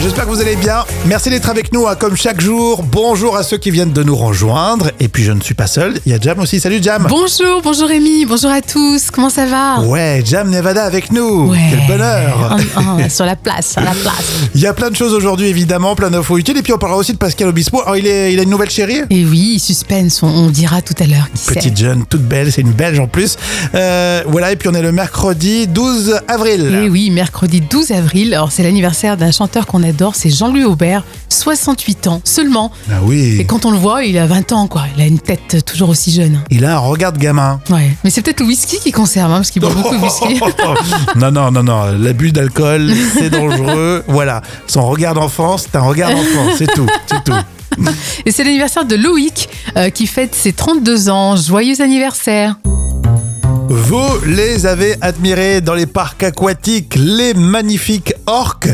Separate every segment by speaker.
Speaker 1: J'espère que vous allez bien. Merci d'être avec nous, hein, comme chaque jour. Bonjour à ceux qui viennent de nous rejoindre. Et puis, je ne suis pas seul. Il y a Jam aussi. Salut, Jam.
Speaker 2: Bonjour, bonjour Rémi, bonjour à tous, comment ça va
Speaker 1: Ouais, Jam Nevada avec nous.
Speaker 2: Ouais.
Speaker 1: Quel bonheur.
Speaker 2: Oh, oh, Sur la place, sur la place.
Speaker 1: Il y a plein de choses aujourd'hui, évidemment, plein d'infos utiles. Et puis, on parlera aussi de Pascal Obispo. Alors, il, est, il a une nouvelle chérie
Speaker 2: Et oui, suspense, on, on dira tout à l'heure qui c'est.
Speaker 1: Petite jeune, toute belle, c'est une belge en plus. Euh, voilà, et puis on est le mercredi 12 avril.
Speaker 2: Et oui, mercredi 12 avril, alors c'est l'anniversaire d'un chanteur qu'on adore, c'est Jean-Louis Aubert, 68 ans seulement.
Speaker 1: Ah oui,
Speaker 2: Et quand on le voit, il a 20 ans quoi, il a une tête toujours aussi jeune. hein.
Speaker 1: il a un regard de gamin.
Speaker 2: Ouais, mais c'est peut-être le whisky qui conserve, hein, parce qu'il boit beaucoup de whisky.
Speaker 1: non, non, non, non, l'abus d'alcool, c'est dangereux. voilà, son regard d'enfance, c'est un regard d'enfant, c'est tout, c'est tout.
Speaker 2: Et c'est l'anniversaire de Loïc euh, qui fête ses 32 ans, joyeux anniversaire.
Speaker 1: Vous les avez admirés dans les parcs aquatiques, les magnifiques orques.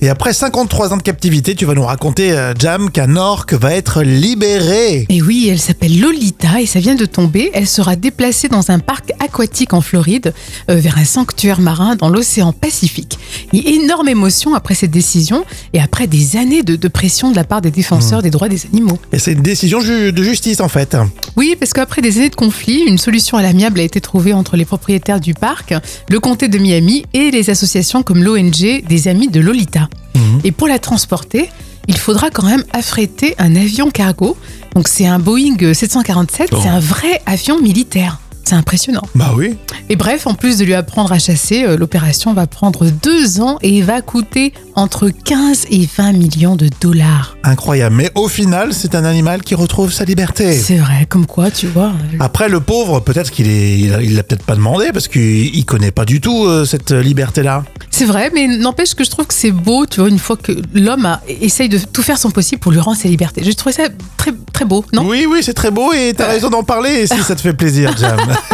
Speaker 1: Et après 53 ans de captivité, tu vas nous raconter, euh, Jam, qu'un orque va être libéré.
Speaker 2: Et oui, elle s'appelle Lolita et ça vient de tomber. Elle sera déplacée dans un parc aquatique en Floride euh, vers un sanctuaire marin dans l'océan Pacifique. Il y a énorme émotion après cette décision et après des années de, de pression de la part des défenseurs des droits des animaux.
Speaker 1: Et c'est une décision ju- de justice en fait.
Speaker 2: Oui, parce qu'après des années de conflit, une solution à l'amiable a été trouvée entre les propriétaires du parc, le comté de Miami et les associations comme l'ONG des Amis de Lolita. Et pour la transporter, il faudra quand même affréter un avion cargo. Donc c'est un Boeing 747,
Speaker 1: Oh.
Speaker 2: c'est un vrai avion militaire. C'est impressionnant.
Speaker 1: Bah oui.
Speaker 2: Et bref, en plus de lui apprendre à chasser, euh, l'opération va prendre deux ans et va coûter entre 15 et 20 millions de dollars.
Speaker 1: Incroyable. Mais au final, c'est un animal qui retrouve sa liberté.
Speaker 2: C'est vrai, comme quoi, tu vois. euh,
Speaker 1: Après, le pauvre, peut-être qu'il est, il a- il l'a peut-être pas demandé parce qu'il il connaît pas du tout euh, cette liberté-là.
Speaker 2: C'est vrai, mais n'empêche que je trouve que c'est beau, tu vois, une fois que l'homme a- essaye de tout faire son possible pour lui rendre sa liberté. J'ai trouvé ça très, très beau, non
Speaker 1: Oui, oui, c'est très beau et t'as raison d'en parler si ça te fait plaisir, Jam.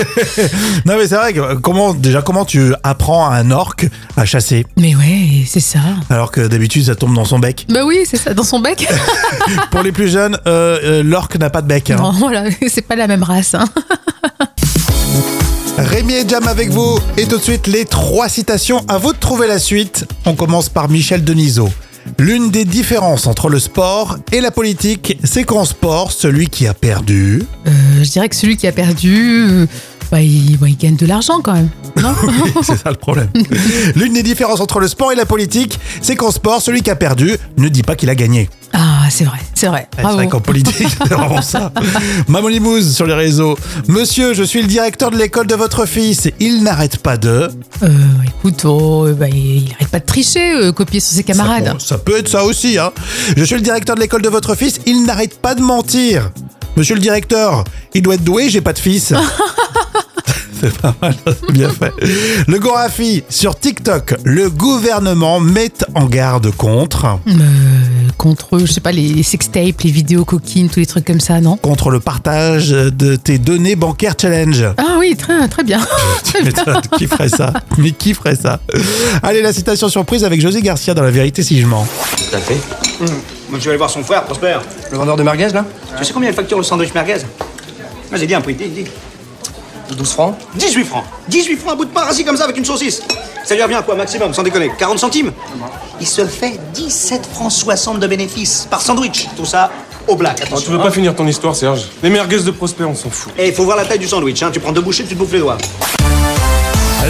Speaker 1: non, mais c'est vrai que euh, comment, déjà, comment tu apprends à un orque à chasser
Speaker 2: Mais ouais, c'est ça.
Speaker 1: alors que d'habitude ça tombe dans son bec
Speaker 2: Bah oui, c'est ça, dans son bec.
Speaker 1: Pour les plus jeunes, euh, euh, l'orque n'a pas de bec. hein.
Speaker 2: Non, voilà, c'est pas la même race. hein.
Speaker 1: Rémi et Jam avec vous. Et tout de suite, les trois citations. À vous de trouver la suite. On commence par Michel Denisot. L'une des différences entre le sport et la politique, c'est qu'en sport, celui qui a perdu.
Speaker 2: Euh, je dirais que celui qui a perdu, euh, bah, il, bah, il gagne de l'argent quand même. Non
Speaker 1: c'est ça le problème. L'une des différences entre le sport et la politique, c'est qu'en sport, celui qui a perdu ne dit pas qu'il a gagné.
Speaker 2: Ah, c'est vrai, c'est vrai.
Speaker 1: Eh, C'est
Speaker 2: Bravo.
Speaker 1: vrai qu'en politique, c'est vraiment ça. Maman Limouse sur les réseaux. Monsieur, je suis le directeur de l'école de votre fils. Il n'arrête pas de.
Speaker 2: Euh, écoute, oh, bah, il, il arrête pas de tricher, euh, copier sur ses
Speaker 1: Ça,
Speaker 2: camarades.
Speaker 1: bon, ça peut être ça aussi, hein. Je suis le directeur de l'école de votre fils, il n'arrête pas de mentir. Monsieur le directeur, il doit être doué, j'ai pas de fils. C'est pas mal, c'est bien fait. Le Gorafi, sur TikTok, le gouvernement met en garde contre.
Speaker 2: Euh, contre, je sais pas, les sextapes, les vidéos coquines, tous les trucs comme ça, non
Speaker 1: Contre le partage de tes données bancaires challenge.
Speaker 2: Ah oui, très, très bien.
Speaker 1: Mais ça, qui ferait ça Mais qui ferait ça Allez, la citation surprise avec José Garcia dans La vérité si je mens.
Speaker 3: Tout à fait.
Speaker 4: Moi, je vais aller voir son frère, Prosper.
Speaker 5: Le vendeur de merguez, là
Speaker 4: Tu sais combien il facture le sandwich merguez Vas-y, dis un prix, dis, dis.
Speaker 5: 12 francs
Speaker 4: 18 francs 18 francs un bout de pain assis comme ça avec une saucisse Ça lui revient à quoi, maximum, sans déconner 40 centimes Il se fait 17 francs 60 de bénéfices par sandwich. Tout ça au black,
Speaker 6: Oh, tu
Speaker 4: attention.
Speaker 6: veux
Speaker 4: hein.
Speaker 6: pas finir ton histoire, Serge Les merguez de Prosper, on s'en fout.
Speaker 4: Et il faut voir la taille du sandwich, hein. tu prends deux bouchées, tu te bouffes les doigts.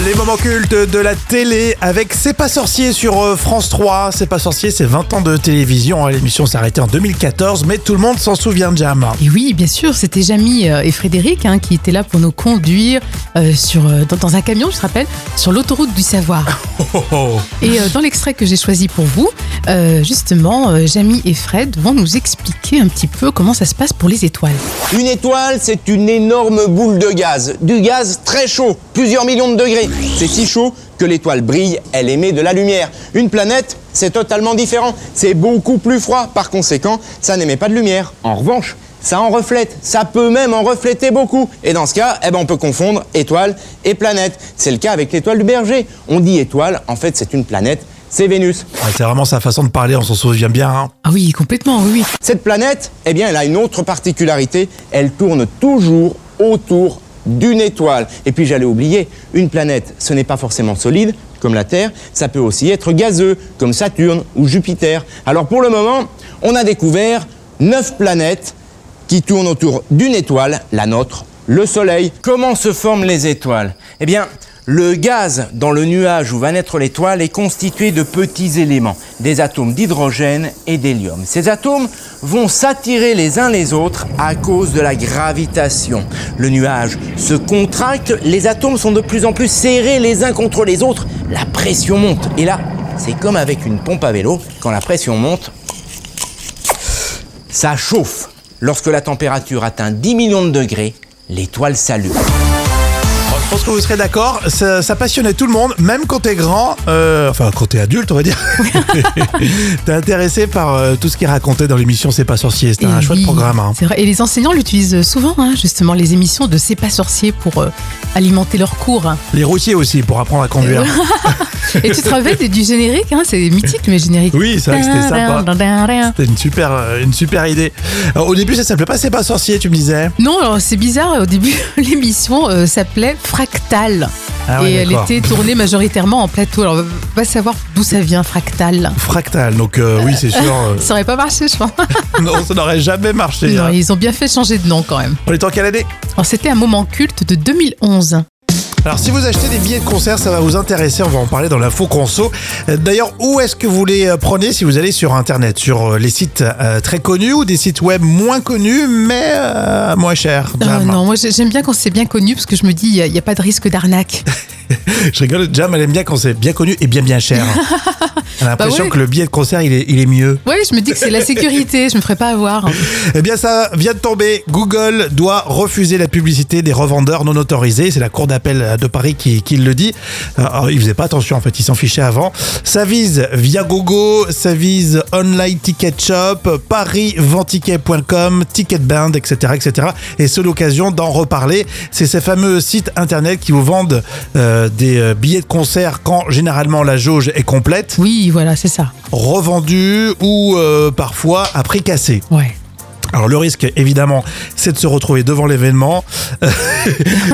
Speaker 1: Les moments cultes de la télé avec C'est pas sorcier sur euh, France 3. C'est pas sorcier, c'est 20 ans de télévision. hein. L'émission s'est arrêtée en 2014, mais tout le monde s'en souvient de Jam.
Speaker 2: Et oui, bien sûr, c'était Jamie euh, et Frédéric hein, qui étaient là pour nous conduire euh, sur, euh, dans, dans un camion, je te rappelle, sur l'autoroute du savoir.
Speaker 1: Oh,
Speaker 2: Et euh, dans l'extrait que j'ai choisi pour vous, euh, justement, euh, Jamie et Fred vont nous expliquer un petit peu comment ça se passe pour les étoiles.
Speaker 7: Une étoile, c'est une énorme boule de gaz. Du gaz très chaud, plusieurs millions de degrés. C'est si chaud que l'étoile brille, elle émet de la lumière. Une planète, c'est totalement différent. C'est beaucoup plus froid. Par conséquent, ça n'émet pas de lumière. En revanche, ça en reflète. Ça peut même en refléter beaucoup. Et dans ce cas, eh ben, on peut confondre étoile et planète. C'est le cas avec l'étoile du berger. On dit étoile, en fait, c'est une planète. C'est Vénus.
Speaker 1: Ah, c'est vraiment sa façon de parler, on s'en souvient bien. hein.
Speaker 2: Ah oui, complètement, oui. oui.
Speaker 7: Cette planète, eh bien, elle a une autre particularité. Elle tourne toujours autour d'une étoile. Et puis j'allais oublier, une planète, ce n'est pas forcément solide, comme la Terre, ça peut aussi être gazeux, comme Saturne ou Jupiter. Alors pour le moment, on a découvert neuf planètes qui tournent autour d'une étoile, la nôtre, le Soleil. Comment se forment les étoiles Eh bien, le gaz dans le nuage où va naître l'étoile est constitué de petits éléments, des atomes d'hydrogène et d'hélium. Ces atomes vont s'attirer les uns les autres à cause de la gravitation. Le nuage se contracte, les atomes sont de plus en plus serrés les uns contre les autres, la pression monte. Et là, c'est comme avec une pompe à vélo, quand la pression monte, ça chauffe. Lorsque la température atteint 10 millions de degrés, l'étoile s'allume.
Speaker 1: Je pense que vous serez d'accord, ça, ça passionnait tout le monde, même quand t'es grand, euh, enfin quand t'es adulte, on va dire. t'es intéressé par euh, tout ce qui est raconté dans l'émission C'est pas sorcier, c'était un
Speaker 2: Et
Speaker 1: chouette
Speaker 2: Eh oui,
Speaker 1: programme. hein.
Speaker 2: c'est vrai. Et les enseignants l'utilisent souvent, hein, justement, les émissions de C'est pas sorcier pour euh, alimenter leurs cours. hein.
Speaker 1: Les routiers aussi, pour apprendre à conduire.
Speaker 2: Et tu te rappelles du- du générique, hein, c'est mythique le générique.
Speaker 1: Oui, c'est vrai que c'était sympa.
Speaker 2: sympa.
Speaker 1: C'était une super, euh, une super idée. Alors, au début, ça s'appelait pas C'est pas sorcier, tu me disais.
Speaker 2: Non, alors, c'est bizarre, au début, l'émission euh, s'appelait Fractal.
Speaker 1: Ah ouais,
Speaker 2: et elle
Speaker 1: d'accord.
Speaker 2: était tournée majoritairement en plateau. Alors, on va pas savoir d'où ça vient, Fractal.
Speaker 1: Fractal, donc euh, oui, c'est sûr. euh,
Speaker 2: Ça aurait pas marché, je pense.
Speaker 1: non, ça n'aurait jamais marché.
Speaker 2: Non,
Speaker 1: hein.
Speaker 2: ils ont bien fait changer de nom quand même.
Speaker 1: On est en quelle année
Speaker 2: Alors, c'était un moment culte de 2011.
Speaker 1: Alors si vous achetez des billets de concert, ça va vous intéresser, on va en parler dans l'info conso. Euh, D'ailleurs, où est-ce que vous les euh, prenez si vous allez sur Internet Sur euh, les sites euh, très connus ou des sites web moins connus mais euh, moins chers
Speaker 2: Ah,
Speaker 1: Jam.
Speaker 2: non, moi j'ai- j'aime bien quand c'est bien connu parce que je me dis, il n'y a, pas de risque d'arnaque.
Speaker 1: Je rigole, Jam, elle aime bien quand c'est bien connu et bien bien cher. Elle a l'impression
Speaker 2: Bah oui.
Speaker 1: que le billet de concert, il est, il est mieux.
Speaker 2: Oui, je me dis que c'est la sécurité, je me ferai pas avoir.
Speaker 1: Eh bien, ça vient de tomber. Google doit refuser la publicité des revendeurs non autorisés. C'est la Cour d'appel de Paris qui, qui le dit. Alors, ils faisaient pas attention, en fait, ils s'en fichaient avant. Ça vise Viagogo, ça vise Online Ticket Shop, ParisVentiquet.com, Ticketband, etc., etc. Et c'est l'occasion d'en reparler. C'est ces fameux sites internet qui vous vendent euh, des euh, billets de concert quand généralement la jauge est complète,
Speaker 2: Oui, voilà, c'est ça.
Speaker 1: revendus ou euh, parfois à prix cassé.
Speaker 2: Ouais.
Speaker 1: Alors le risque, évidemment, c'est de se retrouver devant l'événement et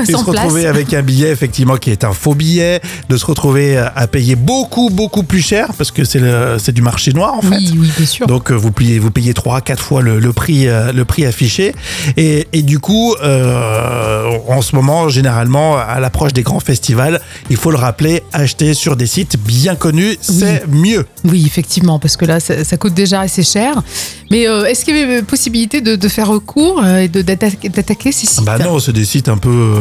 Speaker 1: se
Speaker 2: Sans place.
Speaker 1: retrouver avec un billet, effectivement, qui est un faux billet, de se retrouver euh, à payer beaucoup, beaucoup plus cher, parce que c'est le- c'est du marché noir, en fait.
Speaker 2: Oui, oui, bien sûr.
Speaker 1: Donc euh, vous payez, vous payez 3 à 4 fois le, le prix, euh, le prix affiché. Et, et du coup, euh, en ce moment, généralement, à l'approche des grands festivals, il faut le rappeler, acheter sur des sites bien connus, c'est mieux.
Speaker 2: Oui, effectivement, parce que là, ça, ça coûte déjà assez cher. Mais euh, est-ce qu'il y avait possibilité de, de faire recours euh, et de- d'attaquer d'attaquer ces sites
Speaker 1: Bah non, c'est des sites un peu... euh,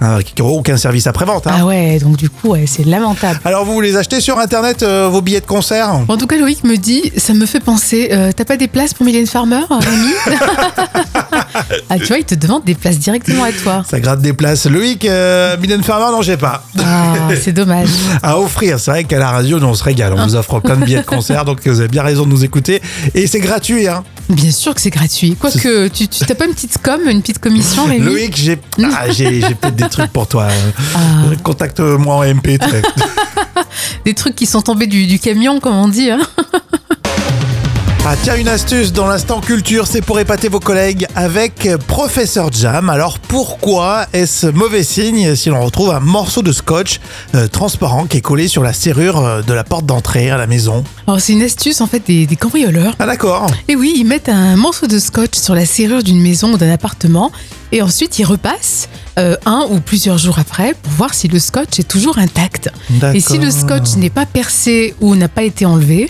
Speaker 1: hein, qui n'ont aucun service après-vente. hein.
Speaker 2: Ah ouais, donc du coup, ouais, c'est lamentable.
Speaker 1: Alors vous les achetez sur internet euh, vos billets de concert
Speaker 2: Bon, en tout cas, Loïc me dit, ça me fait penser, euh, t'as pas des places pour Mylène Farmer, Rémi Ah, tu vois, il te demande des places directement à toi.
Speaker 1: Ça gratte des places. Loïc, euh, Mylène Farmer, non j'ai pas.
Speaker 2: Ah, c'est dommage.
Speaker 1: À offrir, c'est vrai qu'à la radio, nous, on se régale. On vous offre plein de billets de concert, donc vous avez bien raison de nous écouter. Et c'est gratuit, hein.
Speaker 2: Bien sûr que c'est gratuit. Quoique, tu, tu t'as pas une petite com, une petite commission, Rémi
Speaker 1: Loïc, j'ai ah, j'ai j'ai peut-être des trucs pour toi. Euh,
Speaker 2: Ah.
Speaker 1: Contacte-moi en MP. très-
Speaker 2: Des trucs qui sont tombés du, du camion, comme on dit. hein.
Speaker 1: Ah tiens, une astuce dans l'instant culture, c'est pour épater vos collègues avec euh, Professeur Jam. Alors pourquoi est-ce mauvais signe si l'on retrouve un morceau de scotch euh, transparent qui est collé sur la serrure euh, de la porte d'entrée à la maison
Speaker 2: Alors, c'est une astuce, en fait, des, des cambrioleurs.
Speaker 1: Ah d'accord
Speaker 2: Et oui, ils mettent un morceau de scotch sur la serrure d'une maison ou d'un appartement et ensuite ils repassent euh, un ou plusieurs jours après pour voir si le scotch est toujours intact. Et si le scotch n'est pas percé ou n'a pas été enlevé,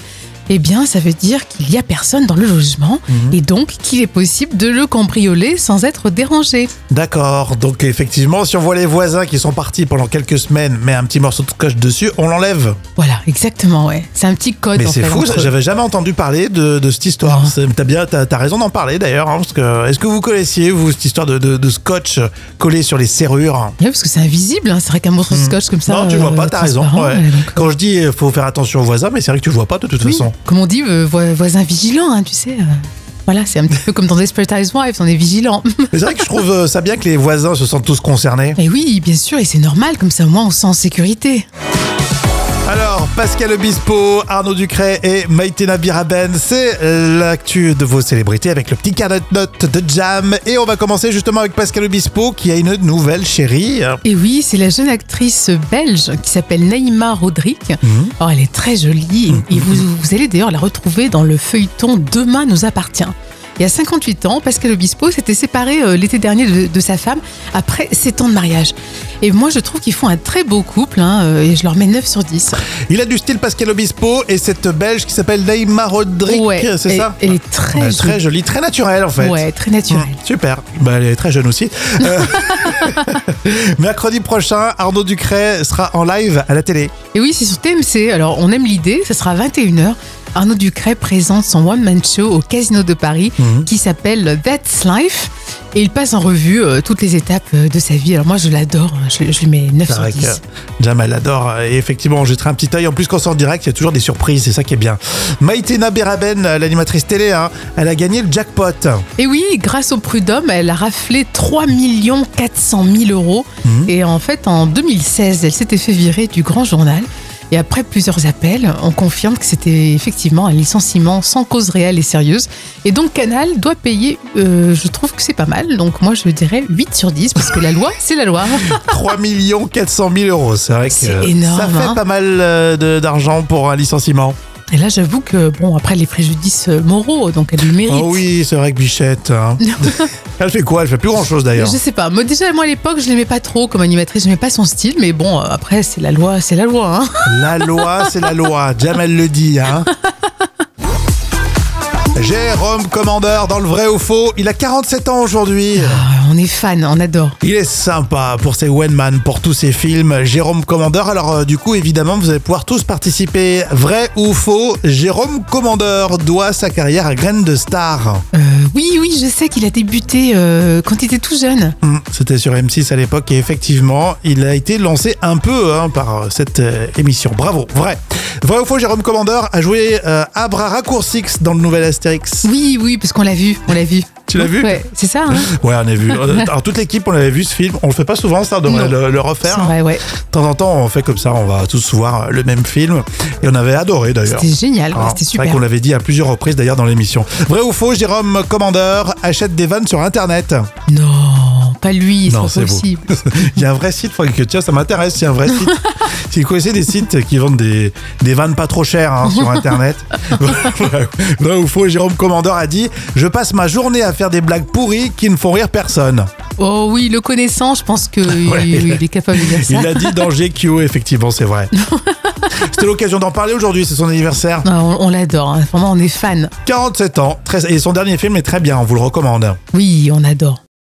Speaker 2: eh bien ça veut dire qu'il n'y a personne dans le logement
Speaker 1: Mhm.
Speaker 2: et donc qu'il est possible de le cambrioler sans être dérangé.
Speaker 1: D'accord, donc effectivement, si on voit les voisins qui sont partis pendant quelques semaines, mais un petit morceau de scotch dessus, on l'enlève.
Speaker 2: Voilà, exactement, ouais. C'est un petit code.
Speaker 1: Mais
Speaker 2: en
Speaker 1: c'est
Speaker 2: fait,
Speaker 1: fou,
Speaker 2: entre-
Speaker 1: ça, j'avais jamais entendu parler de, de cette histoire. C'est- T'as bien, t'as, t'as raison d'en parler d'ailleurs, hein, parce que est-ce que vous connaissiez vous cette histoire de, de- de scotch collé sur les serrures
Speaker 2: Ouais, parce que c'est invisible, hein. c'est vrai qu'un morceau de scotch comme ça.
Speaker 1: Mhm. Non, tu vois
Speaker 2: euh,
Speaker 1: pas, t'as raison.
Speaker 2: transparent,
Speaker 1: ouais.
Speaker 2: ouais, donc,
Speaker 1: Quand je dis euh, faut faire attention aux voisins, mais c'est vrai que tu vois pas de toute
Speaker 2: Oui,
Speaker 1: façon.
Speaker 2: Comme on dit, euh, vo- voisin vigilant, hein, tu sais. euh, voilà, c'est un petit peu comme dans Desperate Housewives, on est vigilant.
Speaker 1: Mais c'est vrai que je trouve euh, ça bien que les voisins se sentent tous concernés.
Speaker 2: Et oui, bien sûr, et c'est normal, comme ça au moins on se sent en sécurité.
Speaker 1: Alors, Pascal Obispo, Arnaud Ducret et Maïtena Biraben, c'est euh, l'actu de vos célébrités avec le petit carnet note de Jam. Et on va commencer justement avec Pascal Obispo qui a une nouvelle chérie.
Speaker 2: Et oui, c'est la jeune actrice belge qui s'appelle Naïma Rodrick.
Speaker 1: Mhm.
Speaker 2: Oh, elle est très jolie. Et vous, vous allez d'ailleurs la retrouver dans le feuilleton Demain nous appartient. Et à 58 ans, Pascal Obispo s'était séparé euh, l'été dernier de, de sa femme après 7 ans de mariage. Et moi, je trouve qu'ils font un très beau couple hein, euh, et je leur mets 9 sur 10.
Speaker 1: Il a du style Pascal Obispo et cette belge qui s'appelle Naïma Rodrick,
Speaker 2: Ouais,
Speaker 1: c'est
Speaker 2: elle-
Speaker 1: ça
Speaker 2: elle est très
Speaker 1: Elle est très
Speaker 2: jolie.
Speaker 1: jolie, très naturelle en fait.
Speaker 2: Ouais, très naturel.
Speaker 1: Mm, Super. Bah, elle est très jeune aussi. Euh, Mercredi prochain, Arnaud Ducret sera en live à la télé.
Speaker 2: Et oui, c'est sur TMC. Alors, on aime l'idée, ça sera à 21h. Arnaud Ducret présente son one-man show au Casino de Paris qui s'appelle That's Life. Et il passe en revue euh, toutes les étapes euh, de sa vie. Alors, moi, je l'adore. hein. Je, je lui mets 9 sur
Speaker 1: Tarek,
Speaker 2: 10.
Speaker 1: euh, Jam, elle adore. euh, Et effectivement, on jettera un petit œil. En plus, qu'on sort direct, il y a toujours des surprises. C'est ça qui est bien. Maïtena Beraben, euh, l'animatrice télé, hein, elle a gagné le jackpot.
Speaker 2: Et oui, grâce au Prud'homme, elle a raflé 3 400 000 euros. Et en fait, en 2016, elle s'était fait virer du grand journal. Et après plusieurs appels, on confirme que c'était effectivement un licenciement sans cause réelle et sérieuse. Et donc Canal doit payer, euh, je trouve que c'est pas mal. Donc moi, je dirais 8 sur 10, parce que la loi, c'est la loi.
Speaker 1: 3 400 000 euros. C'est vrai que
Speaker 2: C'est
Speaker 1: euh,
Speaker 2: énorme,
Speaker 1: ça fait
Speaker 2: hein.
Speaker 1: pas mal euh, de- d'argent pour un licenciement.
Speaker 2: Et là, j'avoue que, bon, après les préjudices euh, moraux, donc elle le mérite.
Speaker 1: Oh oui, c'est vrai que Bichette. hein. elle fait quoi Elle fait plus grand chose d'ailleurs.
Speaker 2: Je sais pas. Moi, déjà, moi, à l'époque, je l'aimais pas trop comme animatrice. Je n'aimais pas son style, mais bon, euh, après, c'est la loi, c'est la loi. Hein.
Speaker 1: La loi, c'est la loi. Jamel le dit, hein. Jérôme Commandeur dans le vrai ou faux, il a 47 ans aujourd'hui.
Speaker 2: Ah, on est fan, on adore.
Speaker 1: Il est sympa pour ses One Man, pour tous ses films. Jérôme Commandeur, alors euh, du coup, évidemment, vous allez pouvoir tous participer. Vrai ou faux, Jérôme Commandeur doit sa carrière à Graines de Star.
Speaker 2: Euh, oui, oui, je sais qu'il a débuté euh, quand il était tout jeune.
Speaker 1: Hum, C'était sur M6 à l'époque et effectivement, il a été lancé un peu hein, par euh, cette euh, émission. Bravo, vrai. Vrai ou faux, Jérôme Commandeur a joué euh, Abra Raccourcix dans le nouvel Astérix.
Speaker 2: Oui, oui, parce qu'on l'a vu, on l'a vu.
Speaker 1: Tu l'as vu
Speaker 2: Ouais, c'est ça, hein
Speaker 1: Ouais, on a vu. Euh, Alors, toute l'équipe, on avait vu ce film. On le fait pas souvent, ça, on devrait
Speaker 2: Non.
Speaker 1: le, le
Speaker 2: C'est
Speaker 1: refaire.
Speaker 2: vrai, ouais.
Speaker 1: De temps en temps, on fait comme ça, on va tous voir euh, le même film. Et on avait adoré d'ailleurs.
Speaker 2: C'était génial, ouais,
Speaker 1: Hein,
Speaker 2: c'était
Speaker 1: c'est vrai
Speaker 2: super.
Speaker 1: qu'on l'avait dit à plusieurs reprises d'ailleurs dans l'émission. Vrai ou faux, Jérôme Commandeur achète des vannes sur Internet.
Speaker 2: Non, pas lui, c'est
Speaker 1: Non,
Speaker 2: pas
Speaker 1: c'est vous.
Speaker 2: possible.
Speaker 1: Il y a un vrai site, faudrait que tiens, ça m'intéresse, il y a un vrai site. Si vous connaissez des sites qui vendent des, des vannes pas trop chères hein, sur Internet, vrai ou faux, Jérôme Commandeur a dit Je passe ma journée à faire des blagues pourries qui ne font rire personne.
Speaker 2: Oh oui, le connaissant, je pense que
Speaker 1: Ouais,
Speaker 2: il,
Speaker 1: il a-
Speaker 2: il est capable de dire ça.
Speaker 1: Il l'a dit dans GQ, effectivement, c'est vrai. C'était l'occasion d'en parler aujourd'hui, c'est son anniversaire.
Speaker 2: Ah, on on l'adore, hein, vraiment, on est fan.
Speaker 1: 47 ans, très- et son dernier film est très bien, on vous le recommande.
Speaker 2: Oui, on adore.